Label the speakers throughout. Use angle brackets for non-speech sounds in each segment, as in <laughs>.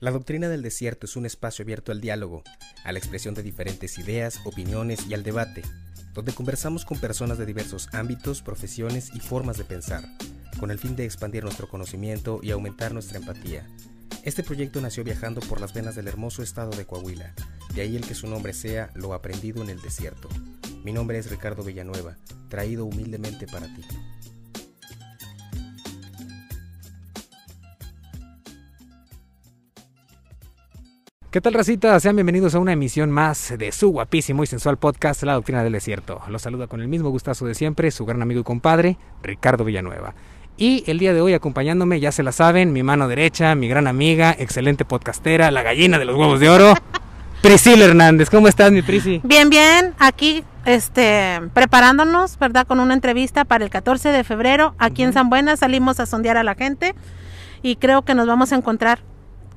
Speaker 1: La doctrina del desierto es un espacio abierto al diálogo, a la expresión de diferentes ideas, opiniones y al debate, donde conversamos con personas de diversos ámbitos, profesiones y formas de pensar, con el fin de expandir nuestro conocimiento y aumentar nuestra empatía. Este proyecto nació viajando por las venas del hermoso estado de Coahuila, de ahí el que su nombre sea Lo aprendido en el desierto. Mi nombre es Ricardo Villanueva, traído humildemente para ti.
Speaker 2: ¿Qué tal, racita? Sean bienvenidos a una emisión más de su guapísimo y sensual podcast La Doctrina del Desierto. Los saluda con el mismo gustazo de siempre su gran amigo y compadre, Ricardo Villanueva. Y el día de hoy acompañándome, ya se la saben, mi mano derecha, mi gran amiga, excelente podcastera, la gallina de los huevos de oro, Priscila Hernández. ¿Cómo estás, mi Prisi?
Speaker 3: Bien, bien, aquí este, preparándonos, ¿verdad? Con una entrevista para el 14 de febrero. Aquí en San Buena salimos a sondear a la gente y creo que nos vamos a encontrar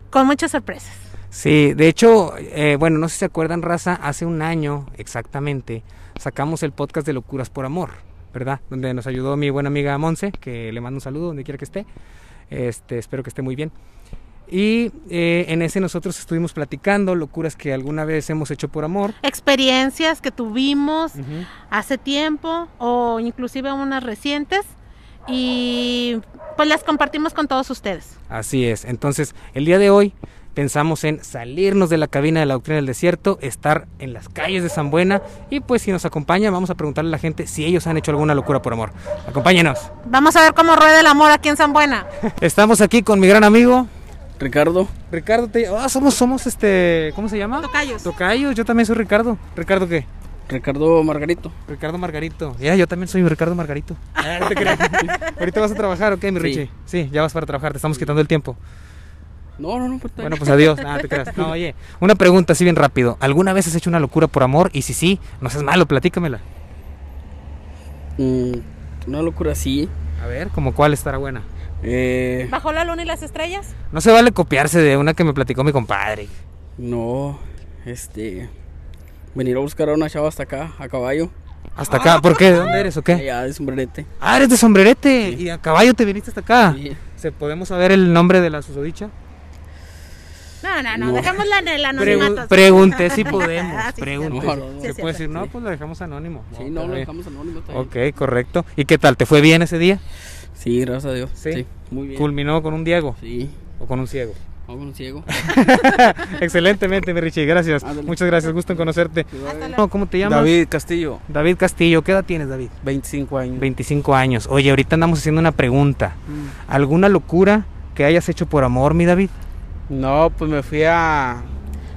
Speaker 3: con muchas sorpresas.
Speaker 2: Sí, de hecho, eh, bueno, no sé si se acuerdan, Raza, hace un año exactamente sacamos el podcast de Locuras por Amor, ¿verdad? Donde nos ayudó mi buena amiga Monse, que le mando un saludo donde quiera que esté. Este, espero que esté muy bien. Y eh, en ese nosotros estuvimos platicando locuras que alguna vez hemos hecho por amor.
Speaker 3: Experiencias que tuvimos hace tiempo o inclusive unas recientes y pues las compartimos con todos ustedes.
Speaker 2: Así es. Entonces, el día de hoy pensamos en salirnos de la cabina de la doctrina del desierto, estar en las calles de San Buena y pues si nos acompaña vamos a preguntarle a la gente si ellos han hecho alguna locura por amor. Acompáñenos.
Speaker 3: Vamos a ver cómo rueda el amor aquí en San Buena.
Speaker 2: <laughs> Estamos aquí con mi gran amigo
Speaker 4: Ricardo,
Speaker 2: Ricardo. Te... ah, somos somos este, ¿cómo se llama?
Speaker 3: Tocayos.
Speaker 2: Tocayo, yo también soy Ricardo. ¿Ricardo qué?
Speaker 4: Ricardo Margarito.
Speaker 2: Ricardo Margarito. Ya, yo también soy Ricardo Margarito. Ah, no te creas. <laughs> Ahorita vas a trabajar, ok, mi Richie. Sí, ya vas para trabajar, te estamos quitando el tiempo.
Speaker 4: No, no, no, pues, está
Speaker 2: Bueno, pues adiós. Nada, te creas. No, oye, una pregunta así bien rápido. ¿Alguna vez has hecho una locura por amor? Y si sí, no seas malo, platícamela.
Speaker 4: bien. Mm, una locura así.
Speaker 2: A ver, como cuál estará buena.
Speaker 4: Eh,
Speaker 3: ¿Bajó la luna y las estrellas?
Speaker 2: No se vale copiarse de una que me platicó mi compadre.
Speaker 4: no, este. Venir a buscar a una chava hasta acá, a caballo.
Speaker 2: Hasta acá, ¿por qué? ¿De dónde eres o qué?
Speaker 4: Allá de sombrerete.
Speaker 2: Ah, eres de sombrerete. Y a caballo te viniste hasta acá.
Speaker 4: Sí.
Speaker 2: ¿Se podemos saber el nombre de la susodicha?
Speaker 3: No, no, no,
Speaker 4: No.
Speaker 3: dejémosla en el
Speaker 2: Pregunte
Speaker 3: anonimato.
Speaker 4: <laughs>
Speaker 2: pregunté si podemos.
Speaker 3: Ah, sí,
Speaker 2: pregunté.
Speaker 4: cierto. No, no,
Speaker 3: no.
Speaker 2: ¿Se
Speaker 3: Sí,
Speaker 2: puede
Speaker 3: cierto.
Speaker 2: decir? No, pues la dejamos anónimo.
Speaker 4: Sí, no, lo
Speaker 2: Ok.
Speaker 4: dejamos anónimo está bien.
Speaker 2: Ok, correcto. ¿Y qué tal? ¿Te fue bien ese día?
Speaker 4: Sí, gracias a Dios.
Speaker 2: Sí.
Speaker 4: Sí. Muy bien.
Speaker 2: ¿Culminó con un Diego
Speaker 4: Sí.
Speaker 2: o con un ciego?
Speaker 4: Vamos un ciego.
Speaker 2: Excelentemente, mi Richie, gracias.
Speaker 4: Ándale.
Speaker 2: Muchas gracias, gusto en conocerte.
Speaker 3: Hasta luego.
Speaker 2: No, ¿Cómo te llamas?
Speaker 5: David Castillo,
Speaker 2: David Castillo, ¿qué edad tienes, David?
Speaker 5: 25 años.
Speaker 2: 25 años. Oye, ahorita andamos haciendo una pregunta.
Speaker 5: Mm.
Speaker 2: ¿Alguna locura que hayas hecho por amor, mi David?
Speaker 5: No, pues me fui a.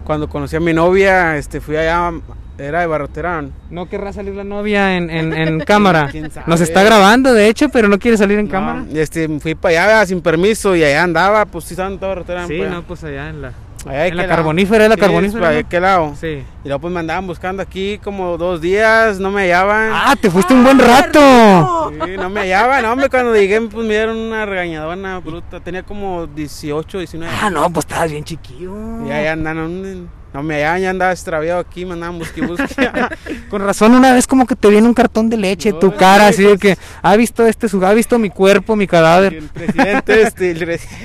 Speaker 5: Cuando conocí a mi novia, este, fui allá, era de Barroterán.
Speaker 2: No querrá salir la novia en, en-
Speaker 5: <laughs>
Speaker 2: en cámara.
Speaker 5: ¿Quién sabe?
Speaker 2: Nos está grabando, de hecho, pero no quiere salir en
Speaker 5: No,
Speaker 2: cámara.
Speaker 5: Este, me fui para allá ¿verdad? sin permiso y allá andaba, pues sí, saben, toda Barroterán.
Speaker 2: Sí,
Speaker 5: pues,
Speaker 2: no, pues allá en la,
Speaker 5: allá de
Speaker 2: en la
Speaker 5: qué lado.
Speaker 2: carbonífera, en la
Speaker 5: Sí,
Speaker 2: carbonífera.
Speaker 5: pues, allá
Speaker 2: ¿no?
Speaker 5: de qué lado.
Speaker 2: Sí.
Speaker 5: Y luego pues me andaban buscando aquí como dos días, no me hallaban.
Speaker 2: Ah, te fuiste un buen rato.
Speaker 5: Sí, no me hallaban, no, hombre, cuando llegué pues me dieron una regañadona bruta. Tenía como 18, 19 años.
Speaker 2: Ah, no, pues estabas bien chiquillo.
Speaker 5: Ya, ya andan, no me hallaban, ya andaba extraviado aquí, me andaban busque, y busque.
Speaker 2: <laughs> Con razón, una vez como que te viene un cartón de leche,
Speaker 5: No,
Speaker 2: tu
Speaker 5: no,
Speaker 2: cara,
Speaker 5: no, pues.
Speaker 2: así de que ha visto este, su- ha visto mi cuerpo, mi <laughs> cadáver.
Speaker 5: El presidente, este, el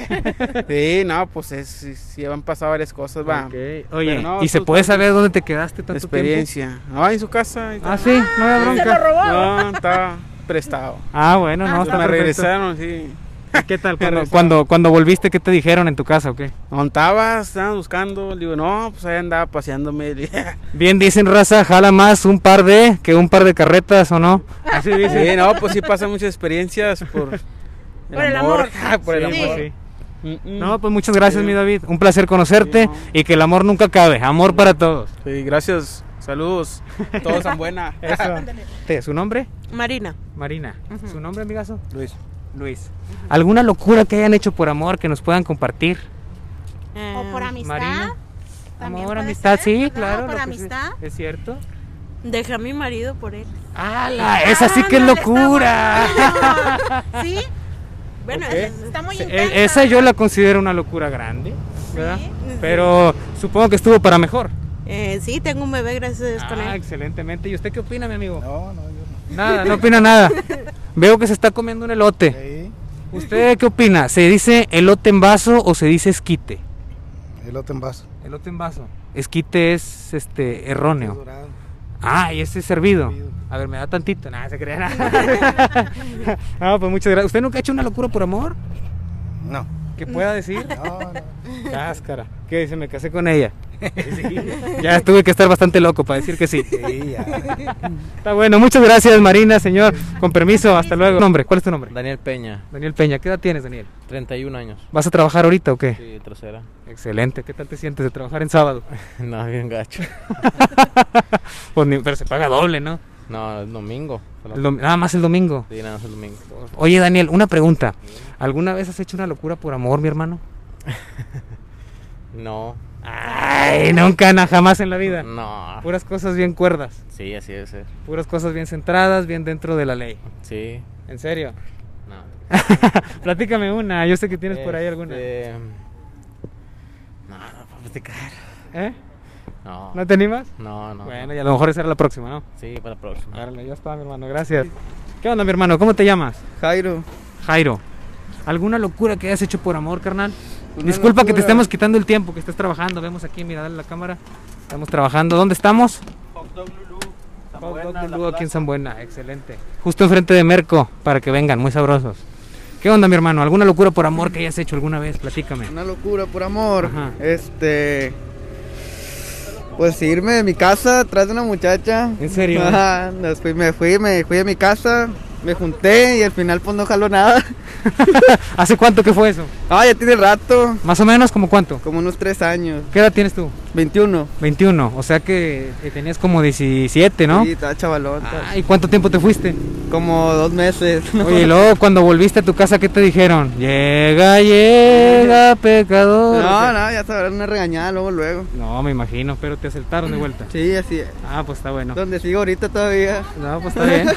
Speaker 5: presidente. Sí, no, pues es, sí, sí, han pasado varias cosas, va.
Speaker 2: Ok, Oye,
Speaker 5: Pero no,
Speaker 2: ¿y se
Speaker 5: tú-
Speaker 2: puede saber dónde te quedaste tanto
Speaker 5: Experiencia. No, en su casa. ahí
Speaker 2: tiempo? Ah,
Speaker 5: está.
Speaker 2: sí, no había bronca.
Speaker 5: No, estaba prestado.
Speaker 2: Ah, bueno, no,
Speaker 5: Pues
Speaker 2: está
Speaker 5: me
Speaker 2: perfecto.
Speaker 5: regresaron, sí.
Speaker 2: ¿Y ¿Qué
Speaker 5: <laughs>
Speaker 2: tal? Cuando,
Speaker 5: regresaron.
Speaker 2: cuando, cuando volviste, ¿qué te dijeron en tu casa o qué?
Speaker 5: ¿Dónde estabas? Estaban buscando. Le digo, no, pues ahí andaba paseándome. Le dije,
Speaker 2: Bien dicen, raza, jala más un par de que un par de carretas, ¿o no? Así
Speaker 5: Sí, no, pues sí pasan muchas experiencias por el
Speaker 3: Por el amor.
Speaker 5: <laughs> por el
Speaker 3: Sí.
Speaker 5: amor.
Speaker 3: Sí.
Speaker 5: Mm, mm.
Speaker 2: No, pues muchas gracias,
Speaker 5: Sí.
Speaker 2: mi David. Un placer conocerte
Speaker 5: Sí, no.
Speaker 2: y que el amor nunca acabe. Amor para todos.
Speaker 5: Sí, gracias. Saludos. Todos son buena.
Speaker 2: <laughs> Te- ¿Su nombre?
Speaker 3: Marina.
Speaker 2: Marina. ¿Su nombre, amigazo?
Speaker 5: Luis.
Speaker 2: Luis. ¿Alguna locura que hayan hecho por amor que nos puedan compartir?
Speaker 3: O por amistad.
Speaker 2: Marina.
Speaker 3: también
Speaker 2: Amor,
Speaker 3: puede
Speaker 2: amistad,
Speaker 3: ser,
Speaker 2: sí,
Speaker 3: ¿verdad?
Speaker 2: claro.
Speaker 3: Por
Speaker 2: lo que sí.
Speaker 3: amistad.
Speaker 2: ¿Es cierto?
Speaker 6: Dejé a mi marido por él.
Speaker 2: ¡Hala! ¡Esa
Speaker 7: Ah,
Speaker 2: sí que Ah, es
Speaker 3: Ándale, está
Speaker 2: locura! <laughs>
Speaker 3: bueno. ¿Sí?
Speaker 6: Bueno,
Speaker 2: Ok.
Speaker 6: es-
Speaker 3: Está muy intensa.
Speaker 2: <laughs> E- Esa yo la considero una locura grande, ¿verdad? Pero supongo que estuvo para mejor.
Speaker 6: eh, sí, tengo un bebé, gracias a Dios, con
Speaker 2: Ah,
Speaker 6: él.
Speaker 2: excelentemente. ¿Y usted qué opina, mi amigo?
Speaker 8: No, no, yo no.
Speaker 2: Nada, no
Speaker 3: <laughs>
Speaker 2: opina nada. Veo que se está comiendo un elote.
Speaker 8: Sí.
Speaker 2: ¿Usted qué opina? ¿Se dice elote en vaso o se dice esquite?
Speaker 8: elote en vaso.
Speaker 2: Elote en vaso. Esquite es este
Speaker 8: Es
Speaker 2: erróneo.
Speaker 8: dorado.
Speaker 2: Ah, y ese es servido.
Speaker 8: Servido.
Speaker 2: A ver, me da tantito. Nada, se
Speaker 8: <laughs>
Speaker 2: crea nada. no, pues muchas gracias. ¿Usted nunca ha hecho una locura por amor?
Speaker 8: No.
Speaker 2: ¿Que pueda decir?
Speaker 8: No, no.
Speaker 2: pues, Cáscara. ¿Qué dice? Me casé con ella. <laughs> Ya tuve que estar bastante loco para decir que sí.
Speaker 8: Sí, ya.
Speaker 2: Está bueno, muchas gracias Marina, señor. Con permiso, hasta luego. Nombre, ¿cuál es tu nombre?
Speaker 9: Daniel Peña,
Speaker 2: Daniel Peña, ¿qué edad tienes, Daniel?
Speaker 9: 31 años.
Speaker 2: ¿Vas a trabajar ahorita o qué?
Speaker 9: Sí, <laughs> tercera.
Speaker 2: Excelente, ¿qué tal te sientes de trabajar
Speaker 9: <laughs>
Speaker 2: en sábado?
Speaker 9: No, bien gacho.
Speaker 2: Pues ni- pero se paga doble, ¿no?
Speaker 9: No, el domingo. solo-
Speaker 2: El dom- nada más el domingo.
Speaker 9: Sí, nada más el domingo.
Speaker 2: Oye, Daniel, una pregunta. ¿Alguna vez has hecho una locura por amor, mi hermano?
Speaker 9: No.
Speaker 2: Ay, nunca, na, jamás en la vida.
Speaker 9: No.
Speaker 2: Puras cosas bien cuerdas,
Speaker 9: Sí, así debe ser.
Speaker 2: puras cosas bien centradas, bien dentro de la ley.
Speaker 9: Sí.
Speaker 2: ¿En serio?
Speaker 9: No.
Speaker 2: Platícame una, yo sé que tienes por ahí alguna.
Speaker 9: Este, No, no puedo platicar.
Speaker 2: ¿Eh?
Speaker 9: No.
Speaker 2: ¿No te animas?
Speaker 9: No, no.
Speaker 2: Bueno, Ah. y a lo mejor esa era la próxima, ¿no?
Speaker 9: Sí, para la próxima.
Speaker 2: Árale, ya está, mi hermano, gracias. ¿Qué onda, mi hermano? ¿Cómo te llamas?
Speaker 5: Jairo.
Speaker 2: Jairo. ¿Alguna locura que hayas hecho por amor, carnal?
Speaker 5: Una
Speaker 2: Disculpa que te
Speaker 5: locura.
Speaker 2: estemos quitando el tiempo, que estés trabajando. Vemos aquí, mira, dale la cámara. Estamos trabajando. ¿Dónde estamos? Hot Dog Lulú, aquí en San Buena. Excelente. Justo enfrente de Merco, para que vengan, muy sabrosos. ¿Qué onda, mi hermano? ¿Alguna locura por amor que hayas hecho alguna vez? Platícame.
Speaker 5: Una locura por amor.
Speaker 2: Ajá.
Speaker 5: Este. Pues irme de mi casa atrás de una muchacha.
Speaker 2: ¿En
Speaker 5: <laughs>
Speaker 2: serio?
Speaker 5: Ajá, después me fui, me fui de mi casa, me junté y al final pues no jaló nada. <laughs>
Speaker 2: ¿Hace cuánto que fue eso?
Speaker 5: Ah, ya tiene rato,
Speaker 2: Más o menos, ¿como cuánto?
Speaker 5: como unos tres años,
Speaker 2: ¿Qué edad tienes tú?
Speaker 5: 21.
Speaker 2: 21, o sea que eh, tenías como 17, ¿no?
Speaker 5: Sí, estaba chavalón. estaba-
Speaker 2: Ah, ¿Y cuánto tiempo te fuiste?
Speaker 5: Como dos meses. <laughs>
Speaker 2: Oye, y luego cuando volviste a tu casa, ¿qué te dijeron? Llega, llega, pecador.
Speaker 5: No, no, ya sabrán una regañada luego, luego.
Speaker 2: No, me imagino, pero te asaltaron de vuelta.
Speaker 5: Sí, así es.
Speaker 2: Ah, pues está bueno.
Speaker 5: Donde sigo ahorita todavía.
Speaker 2: No, pues está
Speaker 5: <laughs>
Speaker 2: bien.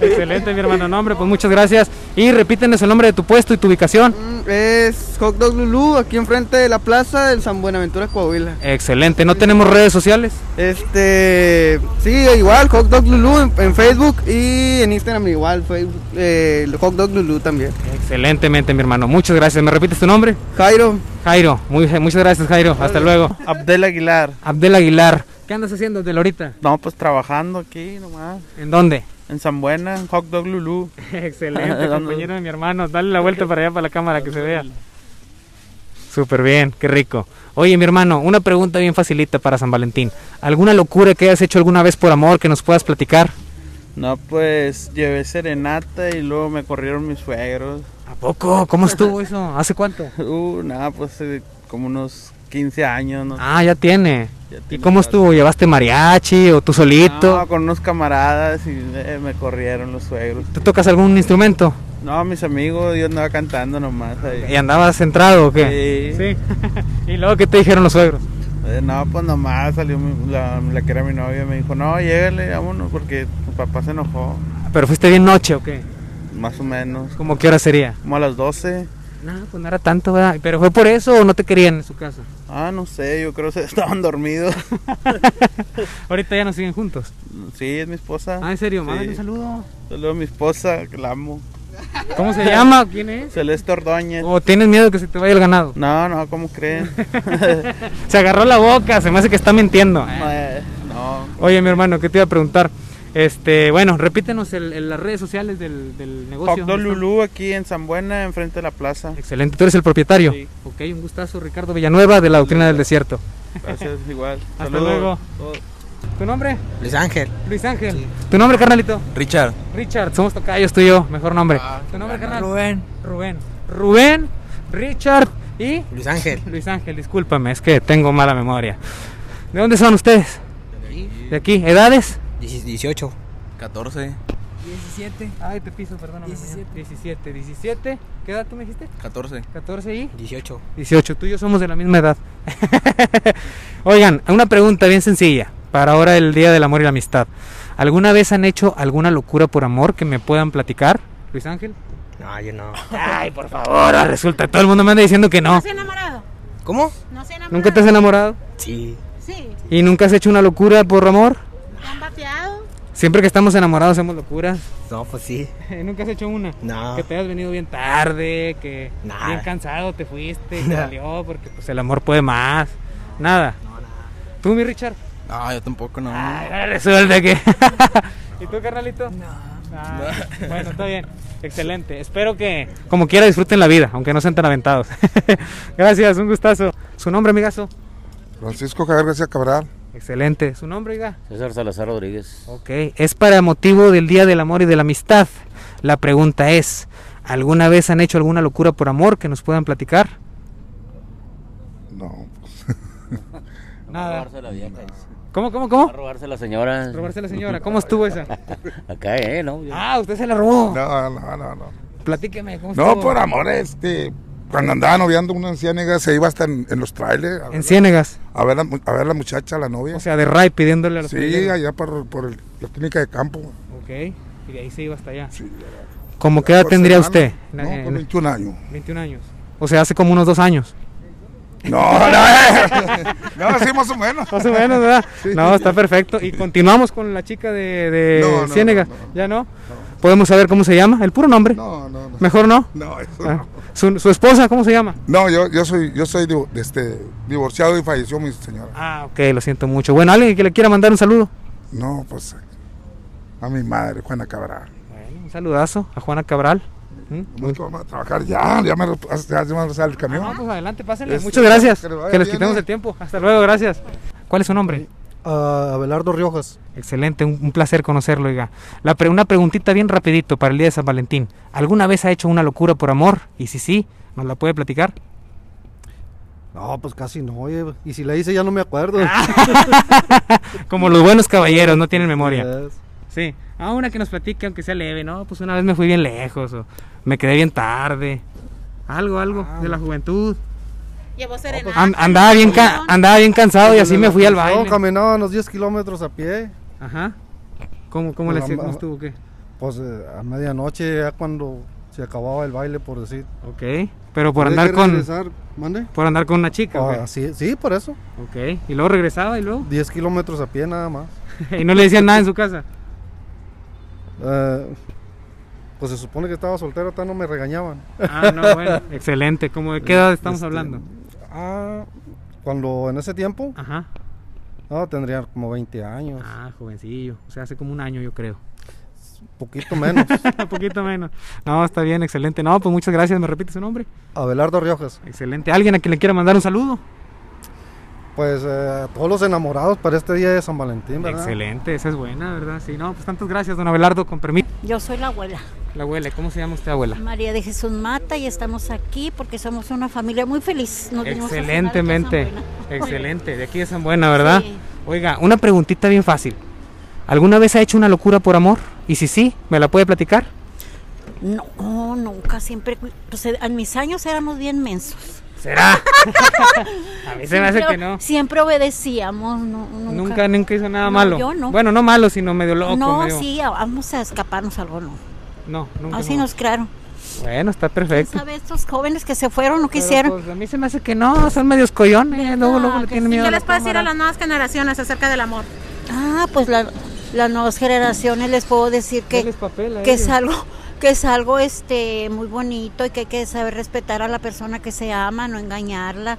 Speaker 2: Excelente, mi hermano. nombre, pues muchas gracias. Y repítenos el nombre de tu puesto y tu ubicación.
Speaker 5: Mm, Es Hot Dog Lulú, aquí enfrente de la plaza del San Buenaventura, Coahuila.
Speaker 2: Excelente, no tenemos redes sociales.
Speaker 5: Este, sí, igual, Hot Dog Lulú en, en Facebook y en Instagram igual, Facebook, eh, Hot Dog Lulú también.
Speaker 2: Excelentemente, mi hermano. Muchas gracias. ¿Me repites tu nombre?
Speaker 5: Jairo.
Speaker 2: Jairo. Muy, muchas gracias, Jairo. Hasta luego.
Speaker 5: Abdel Aguilar.
Speaker 2: Abdel Aguilar. ¿Qué andas haciendo desde ahorita?
Speaker 5: No, pues trabajando aquí nomás,
Speaker 2: ¿En <laughs> dónde?
Speaker 5: en San Buena, en Hot Dog Lulú.
Speaker 2: Excelente, compañero de mi hermano. Dale la vuelta para allá, para la cámara, que se vea. Súper bien, qué rico. Oye, mi hermano, una pregunta bien facilita para San Valentín. ¿Alguna locura que hayas hecho alguna vez por amor que nos puedas platicar?
Speaker 10: No, pues llevé serenata y luego me corrieron mis suegros. <laughs>
Speaker 2: ¿A poco? ¿Cómo estuvo eso? ¿Hace cuánto?
Speaker 10: Uh, nada, pues eh, como unos 15 años, ¿no?
Speaker 2: Ah, ya tiene.
Speaker 10: Ya
Speaker 2: ¿Y
Speaker 10: tiene
Speaker 2: cómo
Speaker 10: rato.
Speaker 2: estuvo? ¿Llevaste mariachi o tú solito?
Speaker 10: No, con unos camaradas y eh, me corrieron los suegros.
Speaker 2: ¿Tú tocas algún instrumento?
Speaker 10: No, mis amigos, yo andaba cantando nomás ahí.
Speaker 2: ¿Y andabas centrado o qué?
Speaker 10: Sí.
Speaker 2: <laughs> ¿Y luego qué te dijeron los suegros?
Speaker 10: Eh, no, pues nomás salió mi- la, la que era mi novia, me dijo, no, llégale, vámonos, porque tu papá se enojó,
Speaker 2: ¿Pero fuiste bien noche o qué?
Speaker 10: más o menos,
Speaker 2: ¿Cómo qué hora sería?
Speaker 10: como a las 12.
Speaker 2: No, pues no era tanto, ¿verdad? ¿Pero fue por eso o no te querían en su casa?
Speaker 10: Ah, no sé, yo creo que se <laughs> estaban dormidos.
Speaker 2: Ahorita ya no siguen juntos.
Speaker 10: sí, es mi esposa.
Speaker 2: Ah, en serio,
Speaker 10: Sí.
Speaker 2: mándale un saludo.
Speaker 10: Saludo a mi esposa, que la amo.
Speaker 2: ¿Cómo se llama? ¿Quién es?
Speaker 10: Celeste Ordóñez.
Speaker 2: ¿O tienes miedo que se te vaya el ganado?
Speaker 10: No, no, ¿cómo
Speaker 2: <laughs>
Speaker 10: creen?
Speaker 2: Se agarró la boca, se me hace que está mintiendo.
Speaker 10: Eh, no.
Speaker 2: Oye, mi hermano, ¿qué te iba a preguntar? Este, bueno, repítenos el, el- las redes sociales del, del negocio.
Speaker 10: Hot Dog Lulú aquí en San Buena, enfrente de la plaza.
Speaker 2: Excelente, tú eres el propietario.
Speaker 10: Sí.
Speaker 2: Ok, un gustazo, Ricardo Villanueva, de la Doctrina del Desierto.
Speaker 10: Gracias, igual.
Speaker 2: Hasta
Speaker 10: Saludos.
Speaker 2: luego. ¿Tu nombre?
Speaker 11: Luis Ángel.
Speaker 2: Luis Ángel. ¿Tu nombre, carnalito?
Speaker 11: Richard.
Speaker 2: Richard, somos tocayos tú y yo, mejor nombre. ¿Tu nombre, carnal?
Speaker 11: Rubén.
Speaker 2: Rubén. Rubén, Richard y
Speaker 11: Luis Ángel.
Speaker 2: Luis Ángel, discúlpame, es que tengo mala memoria. ¿De dónde son ustedes? De aquí. ¿Edades?
Speaker 11: 18. 14.
Speaker 2: Ay, te piso, perdóname. 17. 17, 17. ¿Qué edad tú me dijiste?
Speaker 11: 14.
Speaker 2: 14 y
Speaker 11: 18.
Speaker 2: 18. Tú y yo somos de la misma edad. Oigan, una pregunta bien sencilla para ahora el Día del Amor y la Amistad. ¿Alguna vez han hecho alguna locura por amor que me puedan platicar, Luis Ángel?
Speaker 11: No, yo no.
Speaker 2: Ay, por favor, ahora resulta todo el mundo me anda diciendo que
Speaker 3: ¿No
Speaker 2: no.
Speaker 3: se ha enamorado?
Speaker 11: ¿Cómo?
Speaker 3: ¿No se ha enamorado?
Speaker 2: ¿Nunca te has enamorado?
Speaker 11: Sí.
Speaker 3: Sí,
Speaker 2: ¿Y nunca has hecho una locura por amor?
Speaker 3: ¿te han bateado?
Speaker 2: Siempre que estamos enamorados hacemos locuras. <laughs>
Speaker 9: No, pues sí.
Speaker 2: Nunca has hecho una.
Speaker 9: No.
Speaker 2: Que te hayas venido bien tarde, que
Speaker 9: Nada.
Speaker 2: bien cansado te fuiste, que
Speaker 9: Nada.
Speaker 2: valió, porque pues el amor puede más. Nada. ¿Tú, mi Richard? Ah,
Speaker 11: No, yo tampoco,
Speaker 10: Ah,
Speaker 11: no.
Speaker 2: Resulta que. <laughs> ¿Y tú, carnalito? No. bueno, está bien. Excelente. Espero que, como quiera, disfruten la vida, aunque no sean tan aventados. <laughs> Gracias, un gustazo. ¿Su nombre, amigazo?
Speaker 12: Francisco Javier García Cabral.
Speaker 2: Excelente. ¿Su nombre, oiga?
Speaker 13: César Salazar Rodríguez.
Speaker 2: Ok, es para motivo del Día del Amor y de la Amistad. La pregunta es, ¿alguna vez han hecho alguna locura por amor que nos puedan platicar?
Speaker 12: No. pues,
Speaker 2: Nada.
Speaker 13: Robarse la vieja.
Speaker 2: ¿Cómo, cómo, cómo?
Speaker 13: A robarse la señora.
Speaker 2: Robarse la señora. ¿Cómo estuvo esa?
Speaker 13: Acá, eh, no. Yo-
Speaker 2: Ah, usted se la robó.
Speaker 12: No, no, no, no.
Speaker 2: Platíqueme, ¿cómo
Speaker 12: No,
Speaker 2: estuvo?
Speaker 12: por amor, este. Cuando andaba noviando una en Ciénegas, se iba hasta en, en los trailers.
Speaker 2: En Ciénegas.
Speaker 12: A ver, la, mu- a ver la muchacha, la novia.
Speaker 2: O sea, de ray pidiéndole a los
Speaker 12: Sí,
Speaker 2: traileros.
Speaker 12: allá por, por el- la clínica de campo.
Speaker 2: Ok, y de ahí se iba hasta allá. ¿Cómo qué edad
Speaker 12: Por
Speaker 2: tendría usted? Eh,
Speaker 12: semana. No, con 21
Speaker 2: <laughs>
Speaker 12: años.
Speaker 2: 21 años. O sea, hace como unos dos años. <laughs>
Speaker 12: No, no. no, sí, más o menos.
Speaker 2: Más o
Speaker 12: <laughs>
Speaker 2: menos, ¿verdad? No, está perfecto. Y continuamos con la chica de, de
Speaker 12: No, no,
Speaker 2: Ciénega. ¿Ya no? ¿Podemos saber cómo se llama? ¿El puro nombre?
Speaker 12: No, no, no.
Speaker 2: ¿Mejor no?
Speaker 12: No, eso
Speaker 2: Ah. ¿Su, su esposa cómo se llama?
Speaker 12: No, yo, yo soy, yo soy divo- este, divorciado y falleció mi señora.
Speaker 2: Ah, Ok, lo siento mucho. Bueno, ¿alguien que le quiera mandar un saludo?
Speaker 12: No, pues a mi madre, Juana Cabral. Pues,
Speaker 2: Un saludazo a Juana Cabral. ¿Mm?
Speaker 12: Vamos a trabajar ya, ya me, re- ya se me va a pasar el camión.
Speaker 2: Ah, pues adelante, pásenle.
Speaker 12: Este,
Speaker 2: Muchas gracias.
Speaker 12: que le vaya
Speaker 2: Que les
Speaker 12: bien,
Speaker 2: quitemos
Speaker 12: eh.
Speaker 2: el tiempo. Hasta luego, gracias. ¿Cuál es su nombre?
Speaker 14: Eh, Abelardo Riojas.
Speaker 2: Excelente, un, un placer conocerlo, oiga. La pre- una preguntita bien rapidito para el día de San Valentín. ¿Alguna vez ha hecho una locura por amor? Y si sí, ¿nos la puede platicar?
Speaker 14: No, pues casi no, oye. Y si la hice ya no me acuerdo.
Speaker 2: <laughs> Como los buenos caballeros, no tienen memoria.
Speaker 14: Yes.
Speaker 2: Sí. Ah, una que nos platique, aunque sea leve, ¿no? Pues una vez me fui bien lejos o me quedé bien tarde. Algo, algo de
Speaker 14: Ah.
Speaker 2: la juventud.
Speaker 3: Llevó serenata.
Speaker 2: An- andaba, bien ca- andaba bien cansado y así me fui al
Speaker 14: No,
Speaker 2: baile.
Speaker 14: caminaba unos 10 kilómetros a pie.
Speaker 2: Ajá. ¿Cómo, cómo le hacía? ¿Cómo estuvo? qué?
Speaker 14: Pues eh, a medianoche ya cuando se acababa el baile, por decir.
Speaker 2: Ok. Pero por
Speaker 14: Tuve
Speaker 2: andar
Speaker 14: que
Speaker 2: con...
Speaker 14: regresar, ¿Mande?
Speaker 2: Por andar con una chica.
Speaker 14: Ah,
Speaker 2: ok.
Speaker 14: sí, sí, por eso.
Speaker 2: Ok. ¿Y luego regresaba y luego? <laughs>
Speaker 14: 10 kilómetros a pie nada más.
Speaker 2: ¿Y no le decían nada en su casa?
Speaker 14: Eh, pues se supone que estaba soltero, hasta no me regañaban.
Speaker 2: Ah, no,
Speaker 14: <laughs>
Speaker 2: bueno. Excelente. ¿Cómo de qué edad estamos
Speaker 14: Este,
Speaker 2: hablando?
Speaker 14: Ah, cuando en ese tiempo.
Speaker 2: Ajá.
Speaker 14: No, tendría como 20 años.
Speaker 2: Ah, jovencillo. O sea, hace como un año yo creo. <laughs>
Speaker 14: Poquito menos.
Speaker 2: poquito menos. No, está bien, excelente. No, pues muchas gracias. ¿Me repite su nombre?
Speaker 14: Abelardo Riojas.
Speaker 2: Excelente. ¿Alguien a quien le quiera mandar un saludo?
Speaker 14: Pues eh, a todos los enamorados para este día de San Valentín, ¿verdad?
Speaker 2: Excelente, esa es buena, ¿verdad? Sí, no, pues tantas gracias, don Abelardo, con permiso.
Speaker 7: Yo soy la abuela,
Speaker 2: La abuela, ¿cómo se llama usted, abuela?
Speaker 7: María de Jesús Mata, y estamos aquí porque somos una familia muy feliz. Nos vinimos a cenar aquí a San
Speaker 2: Excelentemente,
Speaker 7: Buena.
Speaker 2: excelente, de aquí de San Buena, ¿verdad?
Speaker 7: Sí.
Speaker 2: Oiga, una preguntita bien fácil. ¿Alguna vez ha hecho una locura por amor? Y si sí, ¿me la puede platicar?
Speaker 7: No, nunca, siempre. Pues eh, en mis años éramos bien mensos.
Speaker 2: ¿Será? A mí se me hace que
Speaker 7: Siempre-
Speaker 2: no.
Speaker 7: Siempre obedecíamos, no- nunca.
Speaker 2: Nunca, nunca hizo nada
Speaker 7: No,
Speaker 2: malo.
Speaker 7: yo no.
Speaker 2: Bueno, no malo, sino medio loco.
Speaker 7: no,
Speaker 2: medio-
Speaker 7: sí, a- vamos a escaparnos algo, no.
Speaker 2: No, nunca.
Speaker 7: Así
Speaker 2: no.
Speaker 7: nos crearon.
Speaker 2: Bueno, está perfecto.
Speaker 7: ¿Sabe estos jóvenes que se fueron o qué
Speaker 2: Pero,
Speaker 7: hicieron?
Speaker 2: pues, a mí se me hace que no, son medios coyones, luego, luego le tienen
Speaker 3: ¿Y
Speaker 2: miedo.
Speaker 3: qué
Speaker 2: a la
Speaker 3: les puedes decir a
Speaker 2: cámara.
Speaker 3: las nuevas generaciones acerca del amor?
Speaker 7: Ah, pues la- las nuevas generaciones les puedo decir que,
Speaker 3: Denles papel a
Speaker 7: que es
Speaker 3: ellos.
Speaker 7: algo que es algo este muy bonito y que hay que saber respetar a la persona que se ama, no engañarla,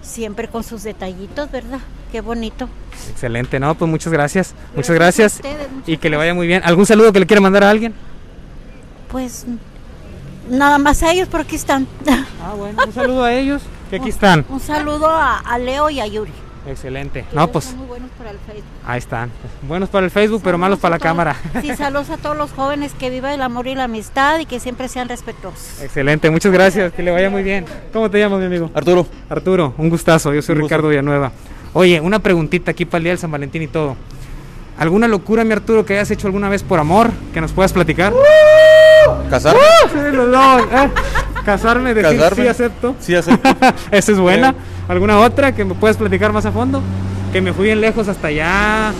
Speaker 7: siempre con sus detallitos, ¿verdad? Qué bonito.
Speaker 2: Excelente, no, pues muchas gracias, muchas
Speaker 7: Gracias
Speaker 2: gracias
Speaker 7: a ustedes, muchas
Speaker 2: y que le vaya muy bien. ¿Algún saludo que le quiera mandar a alguien?
Speaker 7: Pues nada más a ellos por aquí están. <laughs>
Speaker 2: Ah, bueno, un saludo a ellos que
Speaker 7: Oh.
Speaker 2: aquí están.
Speaker 7: Un saludo a, a Leo y a Yuri.
Speaker 2: Excelente,
Speaker 7: que
Speaker 2: no,
Speaker 7: ellos
Speaker 2: pues
Speaker 7: son muy buenos para el Facebook.
Speaker 2: ahí están, buenos para el Facebook pero malos para la cámara.
Speaker 7: Sí, saludos a todos los jóvenes que viva el amor y la amistad y que siempre sean respetuosos.
Speaker 2: Excelente, muchas gracias, que le vaya muy bien. ¿Cómo te llamas, mi amigo?
Speaker 15: Arturo.
Speaker 2: Arturo, un gustazo, yo soy
Speaker 15: Un gusto.
Speaker 2: Ricardo Villanueva. Oye, una preguntita aquí para el día del San Valentín y todo. ¿Alguna locura, mi Arturo, que hayas hecho alguna vez por amor que nos puedas platicar?
Speaker 15: ¿Casar?
Speaker 2: ¡Uh! Sí, lo- lo- eh. Casarme, decir
Speaker 15: Casarme.
Speaker 2: sí acepto.
Speaker 15: Sí, acepto.
Speaker 2: <laughs> Esa es buena. ¿Alguna otra que me puedas platicar más a fondo? Que me fui bien lejos hasta allá.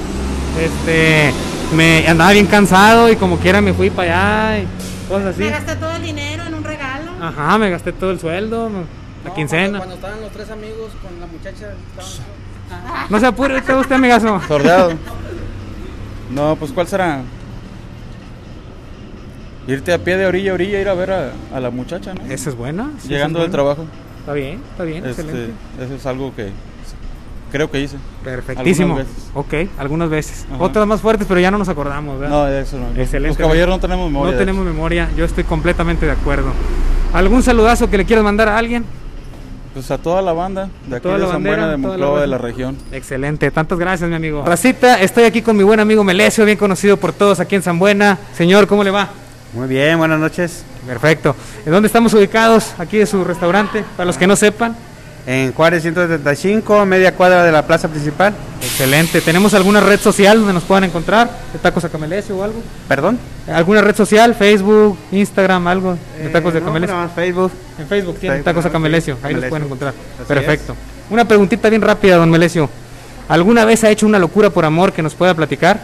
Speaker 2: Este, me andaba bien cansado y como quiera me fui para allá y cosas así.
Speaker 3: Me gasté todo el dinero en un regalo.
Speaker 2: Ajá, me gasté todo el sueldo, me- la quincena.
Speaker 8: Cuando estaban los tres amigos con la muchacha. estaban-
Speaker 2: No se apure, ahorita usted, amigazo.
Speaker 15: Sordeado.
Speaker 10: No, pues ¿cuál será? Irte a pie de orilla a orilla, ir a ver a, a la muchacha, ¿no?
Speaker 2: ¿Esa es buena? ¿Sí,
Speaker 10: Llegando
Speaker 2: esa es
Speaker 10: del
Speaker 2: buena?
Speaker 10: trabajo.
Speaker 2: Está bien, está bien,
Speaker 10: Este,
Speaker 2: excelente.
Speaker 10: Eso es algo que creo que hice.
Speaker 2: Perfectísimo.
Speaker 10: Algunas veces.
Speaker 2: Ok, algunas veces.
Speaker 10: Ajá.
Speaker 2: Otras más fuertes, pero ya no nos acordamos, ¿verdad?
Speaker 10: No, de eso no.
Speaker 2: Excelente.
Speaker 10: Los caballeros no tenemos memoria,
Speaker 2: No
Speaker 10: de
Speaker 2: tenemos memoria, yo estoy completamente de acuerdo. ¿Algún saludazo que le quieras mandar a alguien?
Speaker 10: Pues a toda la banda de aquí
Speaker 2: toda
Speaker 10: de
Speaker 2: la
Speaker 10: San
Speaker 2: bandera,
Speaker 10: Buena,
Speaker 2: toda
Speaker 10: de
Speaker 2: la
Speaker 10: Monclova, de
Speaker 2: banda.
Speaker 10: la región.
Speaker 2: Excelente, tantas gracias, mi amigo. Racita, estoy aquí con mi buen amigo Melesio, bien conocido por todos aquí en San Buena. Señor, ¿cómo le va?
Speaker 9: Muy bien, buenas noches.
Speaker 2: Perfecto. ¿En dónde estamos ubicados? Aquí de su restaurante, para los que no sepan.
Speaker 9: En Juárez 175, media cuadra de la plaza principal.
Speaker 2: Excelente. ¿Tenemos alguna red social donde nos puedan encontrar? ¿De Tacos a Camelecio o algo?
Speaker 9: ¿Perdón?
Speaker 2: ¿Alguna red social? ¿Facebook? ¿Instagram? ¿Algo? ¿De Tacos de
Speaker 9: Eh, no,
Speaker 2: Camelecio?
Speaker 9: nada más Facebook.
Speaker 2: Eh, En Facebook tienen
Speaker 9: Está-
Speaker 2: Tacos a
Speaker 9: sí,
Speaker 2: Camelecio. Ahí los
Speaker 9: Camelecio.
Speaker 2: pueden encontrar.
Speaker 9: Así
Speaker 2: Perfecto. Una preguntita bien rápida, don Melesio. ¿Alguna vez ha hecho una locura por amor que nos pueda platicar?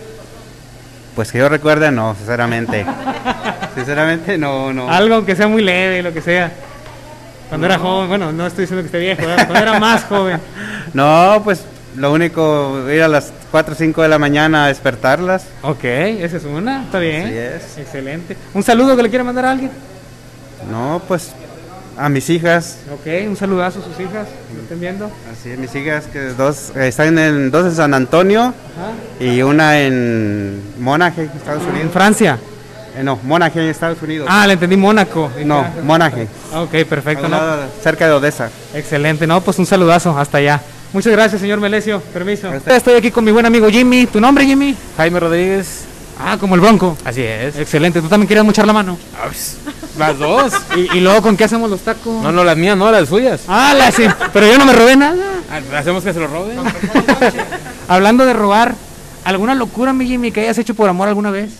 Speaker 9: es. Pues que yo recuerde, no, sinceramente.
Speaker 2: <laughs>
Speaker 9: sinceramente, no, no.
Speaker 2: Algo aunque sea muy leve, lo que sea. Cuando era
Speaker 9: No.
Speaker 2: joven, bueno, no estoy diciendo que esté viejo, ¿verdad? cuando era más joven.
Speaker 9: <laughs> No, pues lo único, ir a las 4 o 5 de la mañana a despertarlas.
Speaker 2: Ok, esa es una, está bien.
Speaker 9: Así es.
Speaker 2: Excelente. ¿Un saludo que le quiera mandar a alguien?
Speaker 9: No, pues a mis hijas.
Speaker 2: Ok, un saludazo a sus hijas, ¿lo estén viendo?
Speaker 9: Así es, mis hijas, que dos eh, están en, dos en San Antonio y una en Monaghan, Estados Unidos.
Speaker 2: ¿En Francia?
Speaker 9: Eh, no, Monaghan, Estados Unidos.
Speaker 2: Ah, le entendí Mónaco.
Speaker 9: No, Monaghan.
Speaker 2: Ah, Ok, perfecto.
Speaker 9: Al
Speaker 2: ¿no?
Speaker 9: lado- cerca de Odessa.
Speaker 2: Excelente, no, pues un saludazo, hasta allá. Muchas gracias, señor Melesio, permiso. Estoy aquí con mi buen amigo Jimmy. ¿Tu nombre, Jimmy? Jaime Rodríguez. Ah, como el bronco. Así es. Excelente, tú también querías mochar la mano.
Speaker 16: Las dos.
Speaker 2: ¿Y, y luego con qué hacemos los tacos?
Speaker 16: No, no, las mías, no, las suyas.
Speaker 2: Ah, la sí, pero yo no me robé nada. <laughs>
Speaker 16: Ah, Hacemos que se lo
Speaker 9: <laughs>
Speaker 16: roben.
Speaker 2: Hablando de robar, ¿alguna locura, mi Jimmy, que hayas hecho por amor alguna vez?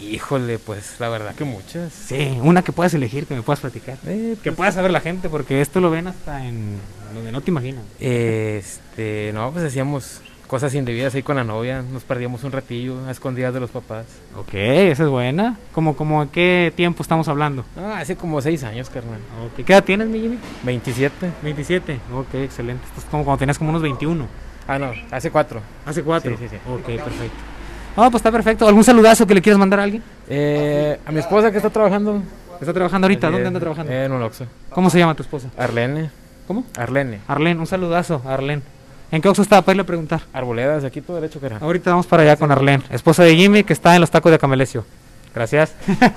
Speaker 16: Híjole, pues la verdad que muchas.
Speaker 2: Sí, una que puedas elegir, que me puedas platicar. que puedas saber la gente, porque esto lo ven hasta en donde no te imaginas.
Speaker 16: Este, no, pues hacíamos cosas indebidas ahí con la novia. Nos perdíamos un ratillo a escondidas de los papás.
Speaker 2: Ok, esa es buena. ¿Como, como a qué tiempo estamos hablando?
Speaker 16: Ah, hace como seis años, carnal.
Speaker 2: Ok, ¿Qué edad tienes, mi Jimmy?
Speaker 16: 27.
Speaker 2: 27. Ok, excelente. Esto es como cuando tenías como unos 21.
Speaker 16: Ah, no, hace cuatro.
Speaker 2: Hace cuatro.
Speaker 16: Sí, sí, sí.
Speaker 2: Ok, perfecto. Ah, pues está perfecto. ¿Algún saludazo que le quieras mandar a alguien?
Speaker 16: Eh, a mi esposa que está trabajando.
Speaker 2: ¿Está trabajando ahorita?
Speaker 16: Así
Speaker 2: ¿Dónde
Speaker 16: es,
Speaker 2: anda trabajando?
Speaker 16: En un Oxxo.
Speaker 2: ¿Cómo se llama tu esposa?
Speaker 16: Arlene.
Speaker 2: Eh, ¿Cómo?
Speaker 16: Arlene.
Speaker 2: Arlen, un saludazo, Arlen. ¿En qué Oxxo está? Para irle a preguntar.
Speaker 16: Arboledas, aquí todo derecho que era.
Speaker 2: Ahorita vamos para allá con Arlen, esposa de Jimmy, que está en los tacos de Camelecio. Gracias.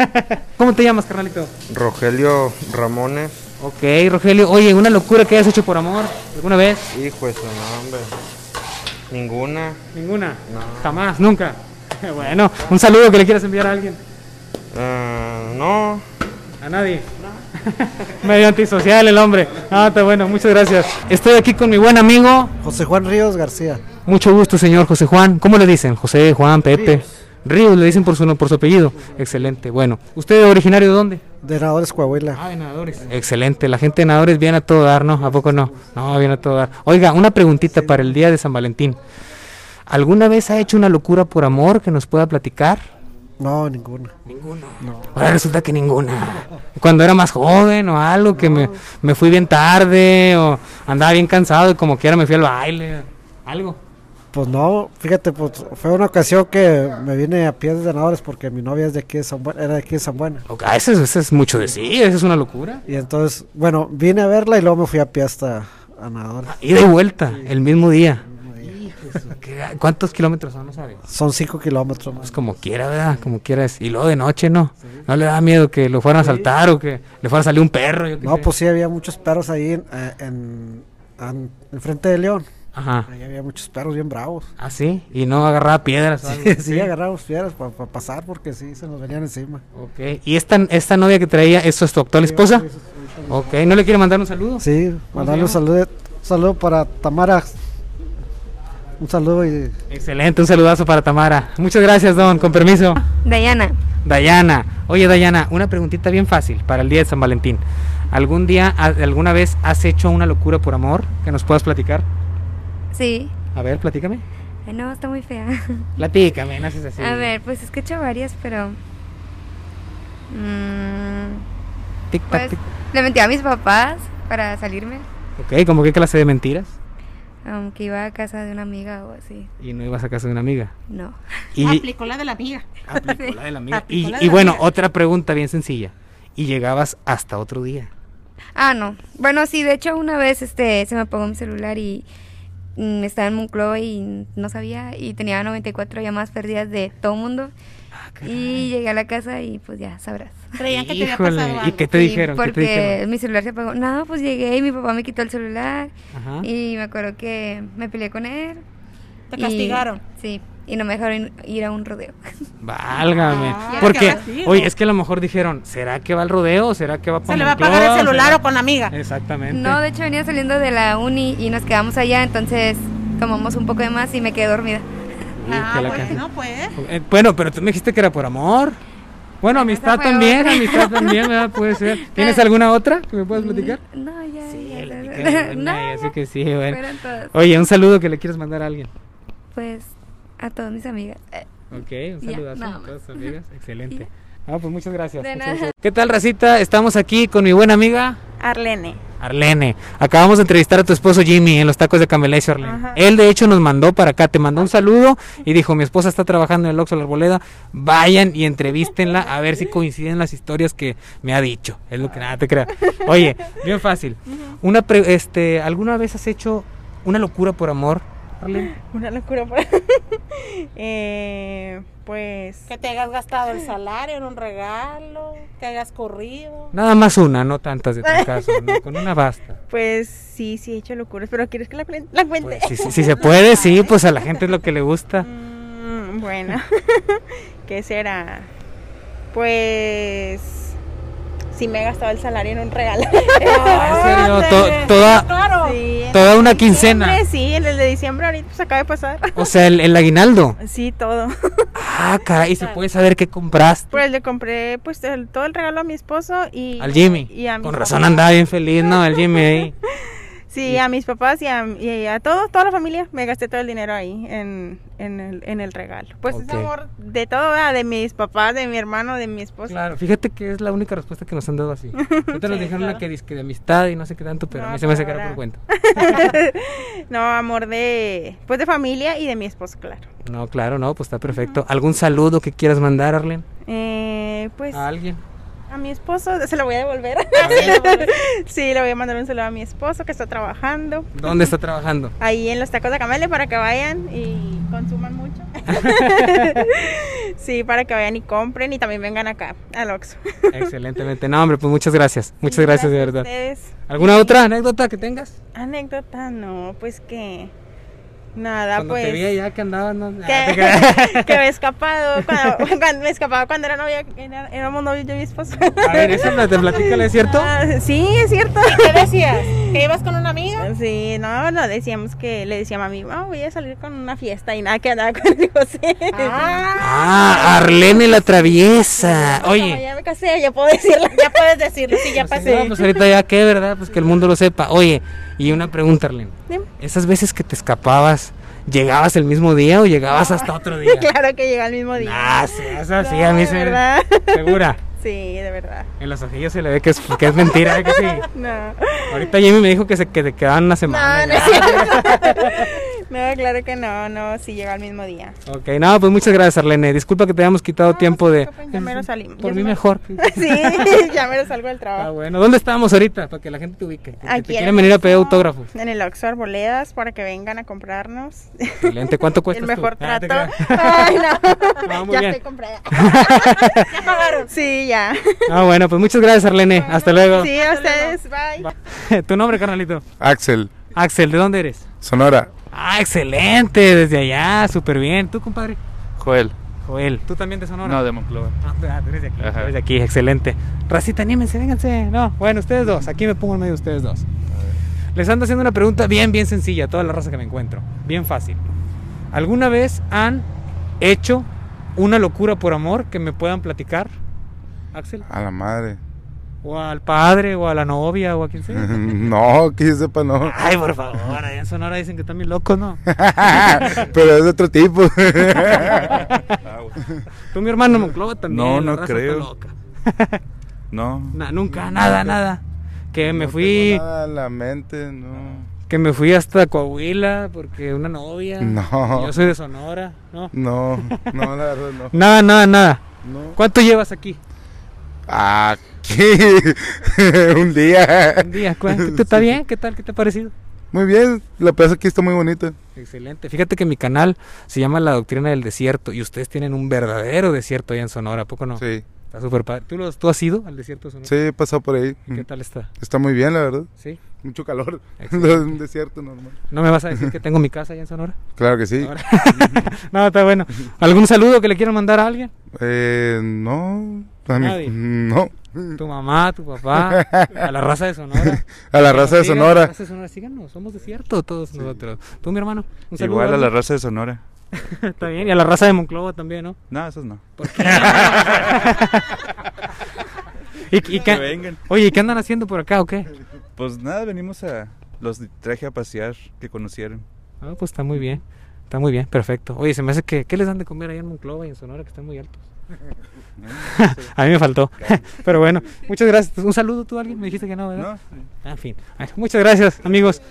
Speaker 2: <laughs> ¿Cómo te llamas, carnalito?
Speaker 8: Rogelio Ramones.
Speaker 2: Ok, Rogelio. Oye, una locura que hayas hecho por amor alguna vez.
Speaker 8: Hijo de su nombre. Ninguna.
Speaker 2: ¿Ninguna?
Speaker 8: No.
Speaker 2: Jamás, nunca. <laughs> bueno, un saludo que le quieras enviar a alguien.
Speaker 8: Eh, no.
Speaker 2: A nadie. <laughs> Medio antisocial el hombre. Ah, está bueno, muchas gracias. Estoy aquí con mi buen amigo.
Speaker 17: José Juan Ríos García.
Speaker 2: Mucho gusto, señor José Juan. ¿Cómo le dicen? José, Juan, Pepe. Ríos,
Speaker 17: Ríos.
Speaker 2: le dicen por su, por su apellido. Excelente, bueno. ¿Usted es originario de dónde?
Speaker 17: De Nadadores Coahuila.
Speaker 2: Ah, de Nadadores. Excelente, la gente de Nadadores viene a todo dar, ¿no? ¿A poco no? No, viene a todo dar. Oiga, una preguntita para el día de San Valentín. ¿Alguna vez ha hecho una locura por amor que nos pueda platicar?
Speaker 17: No, ninguna.
Speaker 2: Ninguno. Ahora resulta que ninguna. Cuando era más joven o algo, que me, me fui bien tarde o andaba bien cansado y como quiera me fui al baile. ¿Algo?
Speaker 17: Pues no, fíjate, pues fue una ocasión que me vine a pies de nadadores porque mi novia es de aquí de San Buena, era de aquí de San Buena.
Speaker 2: Ah, eso, es- eso es mucho decir, eso es una locura.
Speaker 17: Y entonces, bueno, vine a verla y luego me fui a pie hasta a nadadores.
Speaker 2: Y de vuelta, el mismo día. ¿Qué- ¿Cuántos kilómetros son? No sabes.
Speaker 17: Son 5 kilómetros más.
Speaker 2: Como quiera, ¿verdad? Como quiera. es- Y luego de noche, ¿no? ¿No le da miedo que lo fueran a saltar o que le fuera a salir un perro? yo qué
Speaker 17: No,
Speaker 2: sé?
Speaker 17: pues sí, había muchos perros ahí en, eh, en, en- en frente de León.
Speaker 2: Ajá.
Speaker 17: Ahí había muchos <laughs> perros bien bravos.
Speaker 2: ¿Ah, sí? Y no agarraba piedras. o algo?
Speaker 17: Sí, sí, agarramos piedras para pasar porque sí, se nos venían encima.
Speaker 2: Ok. ¿Y esta, esta novia que traía, eso es tu actual esposa? Ok. ¿No le quiere mandar un saludo?
Speaker 17: Sí, mandarle un
Speaker 2: se llama?
Speaker 17: saludo, un saludo para Tamara. Un saludo y
Speaker 2: Excelente, un saludazo para Tamara. Muchas gracias, Don, con permiso.
Speaker 18: Dayana,
Speaker 2: Dayana, oye Dayana, una preguntita bien fácil para el día de San Valentín. ¿Algún día, a- alguna vez has hecho una locura por amor que nos puedas platicar?
Speaker 18: sí.
Speaker 2: A ver, platícame.
Speaker 18: Ay, no, está muy fea.
Speaker 2: Platícame, no haces así.
Speaker 18: A ver, pues es que he hecho varias, pero. mm,
Speaker 2: Tic, tac,
Speaker 18: pues le mentí a mis papás para salirme.
Speaker 2: Ok, ¿cómo qué clase de mentiras?
Speaker 18: um, que iba a casa de una amiga o así.
Speaker 2: Y no ibas a casa de una amiga.
Speaker 18: No.
Speaker 2: Y-
Speaker 3: Aplicó la de la amiga.
Speaker 2: Ah, Aplicó la de la
Speaker 3: <laughs>
Speaker 2: amiga.
Speaker 18: Aplicó
Speaker 2: Y,
Speaker 18: la
Speaker 2: y
Speaker 18: de la
Speaker 2: bueno,
Speaker 18: amiga.
Speaker 2: otra pregunta bien sencilla. Y llegabas hasta otro día.
Speaker 18: Ah, no. Bueno, sí, de hecho una vez este se me apagó mi celular y mm, estaba en Moncloa y no sabía y tenía 94 llamadas perdidas de todo mundo. y llegué a la casa y pues ya sabrás.
Speaker 3: Creían
Speaker 2: que te había Híjole, pasado ¿y algo. qué te
Speaker 18: Sí,
Speaker 2: dijeron? ¿Qué te
Speaker 18: Porque
Speaker 2: dijeron?
Speaker 18: mi celular se apagó. No, pues llegué y mi papá me quitó el celular
Speaker 2: Ajá.
Speaker 18: y me acuerdo que me peleé con él.
Speaker 3: Te
Speaker 18: y-
Speaker 3: castigaron.
Speaker 18: sí, y no me dejaron ir- ir a un rodeo.
Speaker 2: Válgame.
Speaker 18: Ah.
Speaker 2: Porque,
Speaker 18: Ya que
Speaker 2: oye, es que a lo mejor dijeron, ¿será que va al rodeo? o ¿Será que va para
Speaker 18: le va a apagar el celular
Speaker 2: eh,
Speaker 18: o con
Speaker 3: la amiga?
Speaker 2: Exactamente.
Speaker 18: No, de hecho venía saliendo de la uni y nos quedamos allá, entonces tomamos un poco de más y me quedé dormida.
Speaker 2: Uy, que la ca-
Speaker 3: Ah, pues.
Speaker 2: Eh, bueno, pero tú me dijiste que era por amor. Bueno, amistad
Speaker 18: fue
Speaker 2: también,
Speaker 18: otra.
Speaker 2: amistad también,
Speaker 18: <laughs>
Speaker 2: ¿verdad? Puede ser. ¿Tienes alguna otra que me puedas platicar?
Speaker 18: No, ya. ya, ya.
Speaker 2: <laughs> Qué buena,
Speaker 18: No,
Speaker 2: así que sí, bueno.
Speaker 18: fueron todas.
Speaker 2: Oye, un saludo que le quieres mandar a alguien.
Speaker 18: Pues a todas mis amigas. Eh,
Speaker 2: Ok, un
Speaker 18: Ya,
Speaker 2: saludazo
Speaker 18: nada
Speaker 2: a
Speaker 18: más.
Speaker 2: todas tus
Speaker 18: <laughs>
Speaker 2: amigas. Excelente. Ah, pues muchas gracias.
Speaker 18: De
Speaker 2: muchas
Speaker 18: nada.
Speaker 2: gracias. ¿Qué tal, Racita? Estamos aquí con mi buena amiga
Speaker 6: Arlene.
Speaker 2: Arlene. Acabamos de entrevistar a tu esposo Jimmy en los tacos de Camelecio, Arlene. Él, de hecho, nos mandó para acá, te mandó un saludo y dijo: Mi esposa está trabajando en el Oxxo La Arboleda. Vayan y entrevístenla a ver si coinciden las historias que me ha dicho. Es lo que nada te crea. Oye, bien fácil. Una pre- este, ¿Alguna vez has hecho una locura por amor, Arlene?
Speaker 6: Una locura.
Speaker 7: pues. <laughs>
Speaker 6: eh, pues.
Speaker 3: Que te hayas gastado el salario en un regalo, que hayas corrido.
Speaker 2: Nada más una, no tantas de
Speaker 6: <laughs>
Speaker 2: tu caso. ¿no? Con una basta.
Speaker 6: Pues sí, sí he hecho locuras, pero ¿quieres que la, cuen- la cuente?
Speaker 2: Si, si- si se puede, Pues sí, pues a la gente es lo que le gusta.
Speaker 6: Mm, bueno, ¿qué será? Pues sí me he gastado el salario en un regalo.
Speaker 2: serio? To- toda-
Speaker 6: Sí, en
Speaker 2: toda una
Speaker 6: diciembre,
Speaker 2: quincena.
Speaker 6: Sí, en el de diciembre ahorita pues acaba de pasar.
Speaker 2: O sea, el, el aguinaldo.
Speaker 6: Sí, todo.
Speaker 2: Ah, caray, se puede saber qué compraste.
Speaker 6: Pues le compré pues el- todo el regalo a mi esposo y
Speaker 2: Al Jimmy.
Speaker 6: y a mis
Speaker 2: Con razón
Speaker 6: papás.
Speaker 2: andaba bien feliz, ¿no? El Jimmy ahí.
Speaker 6: <laughs> Sí, a mis papás y a, y a todos, toda la familia. Me gasté todo el dinero ahí en, en, el, en el regalo. Pues es
Speaker 2: Ok.
Speaker 6: amor de todo, ¿verdad? de mis papás, de mi hermano, de mi esposo.
Speaker 2: Claro, fíjate que es la única respuesta que nos han dado
Speaker 6: <laughs>
Speaker 2: así. Yo te lo dijeron la que dizque de amistad y no sé qué tanto, pero a
Speaker 6: No,
Speaker 2: mí se me hace
Speaker 6: pero
Speaker 2: que era por
Speaker 6: ahora- <laughs>
Speaker 2: cuenta.
Speaker 6: no, amor de pues de familia y de mi esposo, claro.
Speaker 2: No, claro, no, pues está perfecto. ¿Algún saludo que quieras mandar, Arlen?
Speaker 6: Eh, pues
Speaker 3: Ah.
Speaker 2: ¿A alguien?
Speaker 6: a mi esposo se lo voy a devolver. <laughs> sí, le voy a mandar un saludo a mi esposo que está trabajando.
Speaker 2: ¿Dónde está
Speaker 6: <laughs>
Speaker 2: trabajando?
Speaker 6: Ahí en los tacos de Camele para que vayan y
Speaker 3: <laughs>
Speaker 6: consuman mucho. sí, para que vayan y compren y también vengan acá al Oxxo.
Speaker 2: Excelentemente. No, hombre, pues muchas gracias. Muchas gracias, de verdad.
Speaker 6: ustedes.
Speaker 2: ¿Alguna otra anécdota que tengas?
Speaker 6: Anécdota, no, pues que nada,
Speaker 2: Cuando
Speaker 6: pues
Speaker 2: te vi allá que andabas... No, Ah,
Speaker 6: <laughs> que, que me
Speaker 3: <laughs>
Speaker 6: he escapado cuando, cuando me escapaba cuando era novia, era- éramos novios yo y mi esposo.
Speaker 2: A ver, eso te platícale, ¿es cierto?
Speaker 6: Ah, sí, es cierto.
Speaker 3: ¿Qué decías? ¿Que ibas con una amiga?
Speaker 6: Sí, no, no decíamos que le decía a mami, "Ah, voy a salir con una fiesta y nada que andaba con el José.
Speaker 2: Ah, Arlene la traviesa. Oye,
Speaker 6: <laughs> Ya me casé, ya puedo decirlo.
Speaker 3: Ya puedes decirlo, sí, ya
Speaker 2: No,
Speaker 3: pasé.
Speaker 2: pues ahorita ya qué, ¿verdad? Pues que el mundo lo sepa. Oye, y una pregunta, Arlene.
Speaker 6: Dime.
Speaker 2: Esas veces que te escapabas, ¿llegabas el mismo día o llegabas hasta otro día?
Speaker 6: <laughs> claro que llega el mismo día.
Speaker 2: Ah, sí, es así, a mí
Speaker 6: de
Speaker 2: se me-
Speaker 6: verdad.
Speaker 2: ¿Segura?
Speaker 6: <laughs> Sí, de verdad.
Speaker 2: En los ojillos se le ve que es, que es mentira, ¿eh? que sí.
Speaker 6: <laughs> No.
Speaker 2: Ahorita Jimmy me dijo que se que te quedaban una semana.
Speaker 6: No, no es
Speaker 2: <laughs>
Speaker 6: cierto. No, claro que no, no, sí llega el mismo día.
Speaker 2: Ok, no, pues muchas gracias, Arlene. Disculpa que te hayamos quitado tiempo de...
Speaker 6: Ya me lo salimos.
Speaker 2: Por
Speaker 6: ya
Speaker 2: mí
Speaker 6: me-
Speaker 2: mejor.
Speaker 6: <laughs> Sí, ya me lo salgo del
Speaker 2: Ah,
Speaker 6: trabajo.
Speaker 2: bueno, ¿dónde estábamos ahorita? Para que la gente te ubique. porque
Speaker 6: Aquí
Speaker 2: te
Speaker 6: en
Speaker 2: quieren
Speaker 6: el
Speaker 2: venir a
Speaker 6: Oxxo.
Speaker 2: pedir autógrafos.
Speaker 6: En el Oxxo Arboledas para que vengan a comprarnos.
Speaker 2: Excelente, ¿cuánto cuesta?
Speaker 6: <laughs> el mejor
Speaker 2: Ah, te
Speaker 6: trato.
Speaker 2: creas.
Speaker 6: <laughs>
Speaker 2: <laughs>
Speaker 6: Ay, no.
Speaker 2: No, muy
Speaker 6: ya
Speaker 2: bien.
Speaker 6: estoy comprada. ¿Ya pagaron? Sí, ya.
Speaker 2: Ah, bueno, pues muchas gracias, Arlene. Hasta luego.
Speaker 6: Sí,
Speaker 3: Ah,
Speaker 6: a ustedes.
Speaker 2: <laughs>
Speaker 6: Bye.
Speaker 2: ¿Tu nombre, carnalito?
Speaker 12: Axel,
Speaker 2: Axel, ¿de dónde eres?
Speaker 12: Sonora.
Speaker 2: Ah, excelente, desde allá, súper bien. ¿Tú, compadre?
Speaker 19: Joel.
Speaker 2: Joel. ¿Tú también de Sonora?
Speaker 19: No, de Monclova.
Speaker 2: Ah, ah, tú eres de aquí, tú eres de aquí, excelente. Racita, anímense, vénganse. No, bueno, ustedes dos, aquí me pongo en medio de ustedes dos. Les ando haciendo una pregunta bien, bien sencilla a toda la raza que me encuentro. Bien fácil. ¿Alguna vez han hecho una locura por amor que me puedan platicar? Axel.
Speaker 12: A la madre. <laughs>
Speaker 2: ¿O al padre, o a la novia, o a quien sea?
Speaker 12: no, que yo sepa, no.
Speaker 2: <laughs>
Speaker 12: <laughs>
Speaker 2: Ay, por favor, allá en Sonora dicen que están bien locos, ¿no?
Speaker 12: Pero es de otro tipo.
Speaker 2: Tú, mi hermano Monclova también.
Speaker 19: No, no
Speaker 2: la raza está
Speaker 19: creo.
Speaker 2: loca.
Speaker 19: No.
Speaker 2: Na- nunca, nada, nada. Que Eh, me fui.
Speaker 12: Nada a la mente, no.
Speaker 2: Que me fui hasta Coahuila porque una novia.
Speaker 12: No.
Speaker 2: y Yo soy de Sonora, ¿no?
Speaker 12: No, no, la verdad no.
Speaker 2: Nada, nada, nada.
Speaker 12: No.
Speaker 2: ¿Cuánto llevas aquí?
Speaker 12: Aquí. <laughs> un día. <laughs>
Speaker 2: Un día, ¿cuál? ¿Tú está bien? ¿Qué tal? ¿Qué te ha parecido?
Speaker 12: Muy bien, la plaza aquí está muy bonita.
Speaker 2: Excelente. Fíjate que mi canal se llama La Doctrina del Desierto y ustedes tienen un verdadero desierto allá en Sonora, ¿a poco no?
Speaker 12: Sí.
Speaker 2: Está súper padre. ¿Tú, los- tú has ido al desierto de Sonora?
Speaker 12: Sí, he pasado por ahí.
Speaker 2: ¿Qué tal está?
Speaker 12: Está muy bien, la verdad.
Speaker 2: Sí.
Speaker 12: Mucho calor.
Speaker 2: Excelente.
Speaker 12: <laughs> un desierto normal.
Speaker 2: ¿No me vas a decir que tengo mi casa allá en Sonora?
Speaker 12: Claro que sí.
Speaker 2: Ahora. <laughs> no, está bueno. ¿Algún saludo que le quieran mandar a alguien?
Speaker 12: Eh, no. a mí-
Speaker 2: Nadie.
Speaker 12: <laughs> No.
Speaker 2: Tu mamá, tu papá, a la raza de Sonora.
Speaker 12: A la
Speaker 2: Que
Speaker 12: raza de
Speaker 2: nos sigan,
Speaker 12: Sonora.
Speaker 2: A la raza de Sonora, síganos, somos desierto todos nosotros. Tú, mi hermano, un saludo.
Speaker 19: Igual a la
Speaker 2: <laughs> ¿vale?
Speaker 19: raza de Sonora.
Speaker 2: Está bien, y a la raza de Monclova también, ¿no?
Speaker 19: No, esos no.
Speaker 2: ¿Por qué? <laughs> ¿Y, y qué-
Speaker 19: Que vengan.
Speaker 2: Oye, ¿y qué andan haciendo por acá o qué?
Speaker 19: Pues nada, venimos a. Los traje a pasear, que conocieron.
Speaker 2: Ah, pues está muy bien. Está muy bien, perfecto. Oye, se me hace que. ¿Qué les dan de comer allá en Monclova y en Sonora que están muy altos? <laughs> a mí me faltó. <laughs> Pero bueno, muchas gracias. Un saludo tú a alguien. Me dijiste que no, ¿verdad? Ah, en fin. Ay, Muchas gracias, amigos.